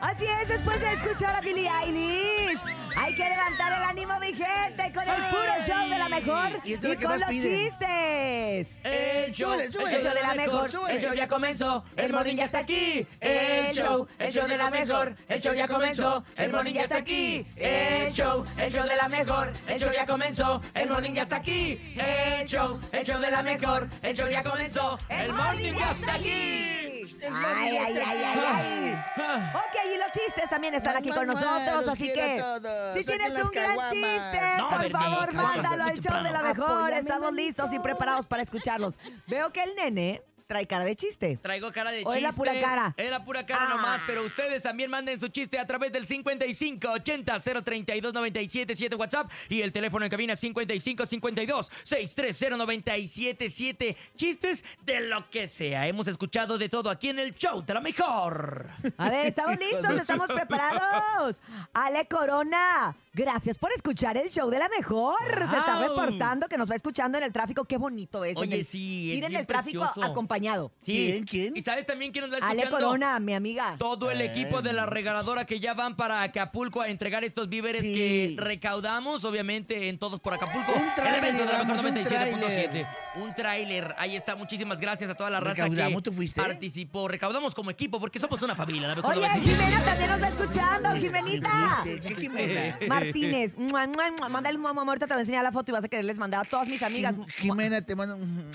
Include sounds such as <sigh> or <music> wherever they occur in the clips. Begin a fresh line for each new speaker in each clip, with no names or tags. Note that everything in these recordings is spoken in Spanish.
Así es, después de escuchar a Billie Eilish, hay que levantar el ánimo, mi gente, con el puro show de la mejor
Y
y,
esto es lo que
con
más
los
piden.
chistes.
Eh, El show,
Súbele,
el
súbele.
show de la mejor,
Súbele.
el show ya comenzó, el morning ya está aquí. El show, el show de la mejor, el show ya comenzó, el morning ya está aquí. El show, el show de la mejor, el show ya comenzó, el morning ya está aquí. El show, el show de la mejor, el show ya comenzó, el morning ya está aquí. Ah.
El
Ay,
morning
ay,
ya está
ay,
aquí.
ay, ay. Ok, y los chistes también están aquí con
Mamá,
nosotros,
los
así
quiero
que
a todos.
si
Saquen
tienes
las
un gran
caguamas.
chiste,
No,
por
Bernie,
favor,
caguamas,
mándalo
muy
al show de la
temprano.
mejor.
Apóyame,
Estamos
manito.
listos y preparados para escucharlos. Veo que el nene trae cara de chiste.
Traigo cara de
O
chiste.
es la pura cara.
Es la pura cara
Ah.
nomás, pero ustedes también manden su chiste a través del 5580-032-977 WhatsApp y el teléfono en cabina 5552-630-977. Chistes de lo que sea. Hemos escuchado de todo aquí en el show de la
<laughs>
mejor.
A ver, estamos listos, estamos preparados. Ale Corona, gracias por escuchar el show de la mejor. Se está
Wow.
reportando que nos va escuchando en el tráfico. Qué bonito eso. en
Oye,
el-
sí, es
Ir en
bien
el tráfico
precioso.
acompañado.
¿Quién? ¿Quién?
¿Y sabes también quién nos va escuchando?
Ale Corona, mi amiga.
Todo el equipo de la regaladora que ya van para Acapulco a entregar estos víveres
Sí.
que recaudamos, obviamente, en todos por Acapulco.
Un tráiler,
El evento de la mejor
vamos, un
97.7. Un tráiler. Ahí está. Muchísimas gracias a toda la raza
¿Recaudamos?
que
¿Tú fuiste?
participó. Recaudamos como equipo porque somos una familia. La mejor
Oye,
97.7.
Jimena también nos va escuchando, Jimenita.
¿Viste? ¿Qué Jimena?
Martínez, mua, mua, mua. mándale un mamá ahorita te voy a enseñar la foto y vas a quererles mandar a todas mis <laughs> amigas.
Jim- Jimena, te mando un...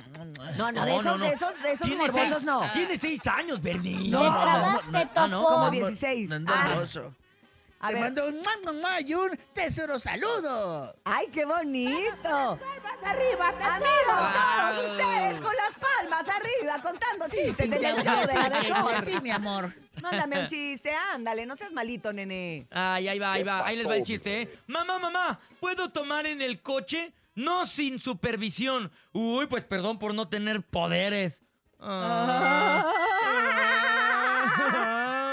No, no, de esos, de esos, de esos
Tiene
morbosos
seis-
no.
Tiene seis años, Bernie.
No,
Te
no,
trabaste,
Ah, no,
Como
topo.
16.
No,
Ah.
hermoso.
A
te
ver.
mando un mamá y un tesoro saludo.
¡Ay, qué bonito!
Palmas arriba,
Amigos,
casero.
todos
Wow.
ustedes con las palmas arriba contando chistes en el
amor,
show de la
sí,
mejor.
mi amor, sí, mi amor.
Mándame un chiste, ándale, no seas malito, nene.
Ay, ahí va, ahí va, ahí les va el chiste, ¿eh? Mamá, mamá, ¿puedo tomar en el coche? No sin supervisión. Uy, pues perdón por no tener poderes. <laughs> Ah.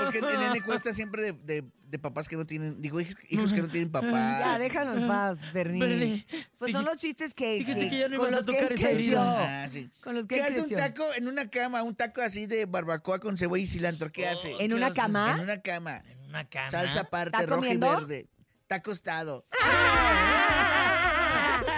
Porque el nene cuesta siempre de, de- de papás que no tienen, digo, hij- hijos que no tienen papás.
Ya, déjalo en paz, Bernie.
Bernie,
Pues son
dijiste-
los chistes que,
dijiste que ya no
con
ibas a
los que él
tocar esa herida.
creció.
Ah, sí.
Con los que
¿Qué
él
hace un
creció.
taco en una cama? Un taco así de barbacoa con cebolla y cilantro. ¿Qué hace?
¿En una
haces?
cama?
En una cama.
Oh, En una cama.
Salsa aparte,
¿Está
roja y
comiendo? Ah,
verde. Está costado.
Les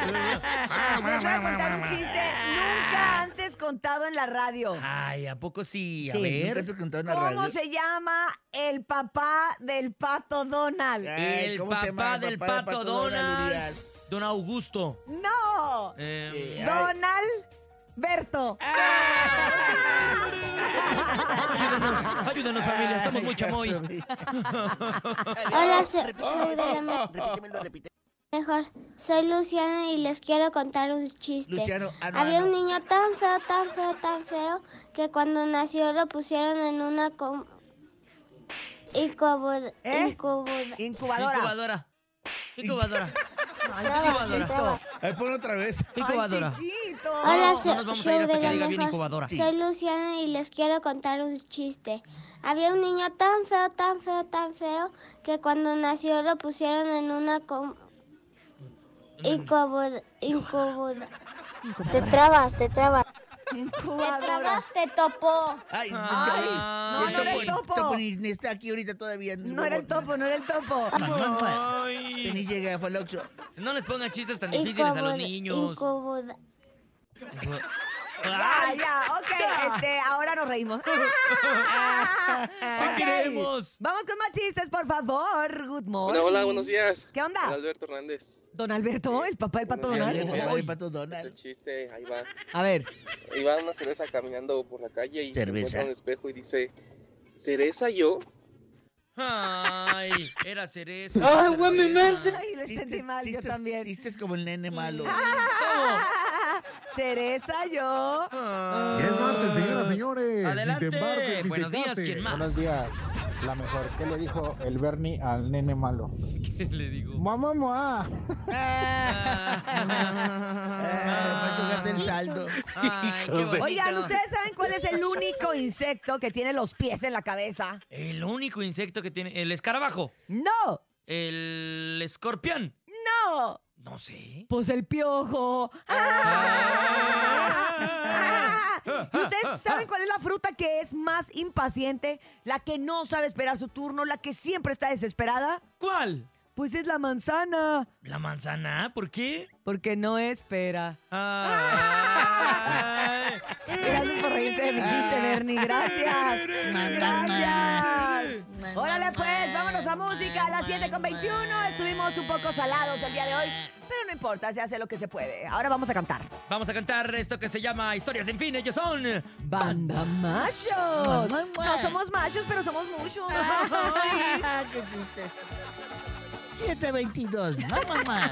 voy a contar un chiste nunca antes contado en la radio.
Ay, ¿a poco sí? A
Sí.
Nunca
ver.
te contaron en la
¿Cómo
radio.
se llama el papá del pato Donald?
Ay,
el
¿cómo
papá
se llama el
del
papá del
pato
pato Donald,
Donald.
Urias?
Don Augusto.
¡No!
Eh,
Ay.
Donald Berto.
Ah. ayúdenos, <laughs> ayúdenos,
Ah,
familia. Estamos muy chamoy.
Ay,
Hola, so- soy de la me- mejor. Soy Luciana y les quiero contar un chiste.
Luciano, ah, no,
Había
ah,
un
no.
niño tan feo, tan feo, tan feo, que cuando nació lo pusieron en una com- incubo-
¿Eh?
incubo-
Incubadora.
Incubadora. Incubadora.
Ay,
Traba,
chiquito.
traba.
Ay, ponlo otra vez.
Incubadora.
Ay, chiquito.
Hola, so-
No nos vamos a
show
ir hasta
de
que
la
diga bien
mejor.
incubadora.
Sí.
Soy Luciana y les quiero contar un chiste. Había un niño tan feo, tan feo, tan feo, que cuando nació lo pusieron en una com-
Mm.
incubo- incubo- Te trabas, te trabas. Te
Incubadora.
trabaste, topo.
Ay,
Ay,
el
no, no
topo,
era el topo.
topo ni- ni está aquí ahorita todavía.
No era el topo, no era el topo.
Ah.
Mamá, mamá.
Ay.
Ni llega, fue al Oxxo.
No les pongan chistes tan difíciles a los
Incubo-
niños.
incubo-
Ya,
¡Ay!
ya, ok, este, ahora nos
<laughs>
reímos.
¿Qué
Ok.
queremos?
Vamos con más chistes, por favor. Good morning.
Hola, hola, buenos días.
¿Qué onda?
Es Alberto Hernández.
Don Alberto, el papá del pato
Buenos
Ay,
días,
el
Donald.
papá
Alberto.
de
Ay.
Pato
Ese
Donald.
chiste, ahí va.
A ver.
Iba una cereza caminando por la calle y
Cerveza.
se encuentra un espejo y dice, ¿cereza yo?
Ay, era cereza.
Ay,
era
güey, mi
cereza.
Ay, lo entendí mal, yo
chistes-
también. Ah.
chistes como el nene malo.
Cereza yo.
Ah.
Ya es martes, señoras, señores.
Adelante.
Ni te embarques, ni te
Buenos días,
cases.
¿quién más?
Buenos días. La mejor. ¿Qué le dijo el Bernie al nene malo?
¿Qué <laughs> le
<laughs>
digo?
¡Mamá, mamá!
Ah, me sugas el saldo.
Ay, qué bonito.
Oigan, ¿ustedes saben cuál es el único insecto que tiene los pies en la cabeza?
El único insecto que tiene. El escarabajo.
No,
El escorpión.
no. piojo?
No sé.
Pues el piojo. ¡Ah! ¿Y ustedes saben cuál es la fruta que es más impaciente? La que no sabe esperar su turno, la que siempre está desesperada.
¿Cuál?
Pues es la manzana,
¿La manzana? ¿Por qué?
porque no espera.
Ay.
Gracias por reírte de mi chiste, Bernie. Gracias. Gracias. Órale, pues, vámonos a música a las 7 con 21. Estuvimos un poco salados el día de hoy, pero no importa, se hace lo que se puede. Ahora vamos a cantar.
Vamos a cantar esto que se llama Historias sin fin. Ellos son.
Banda Machos. No somos machos, pero somos muchos.
¡Qué chiste! 722, mamá.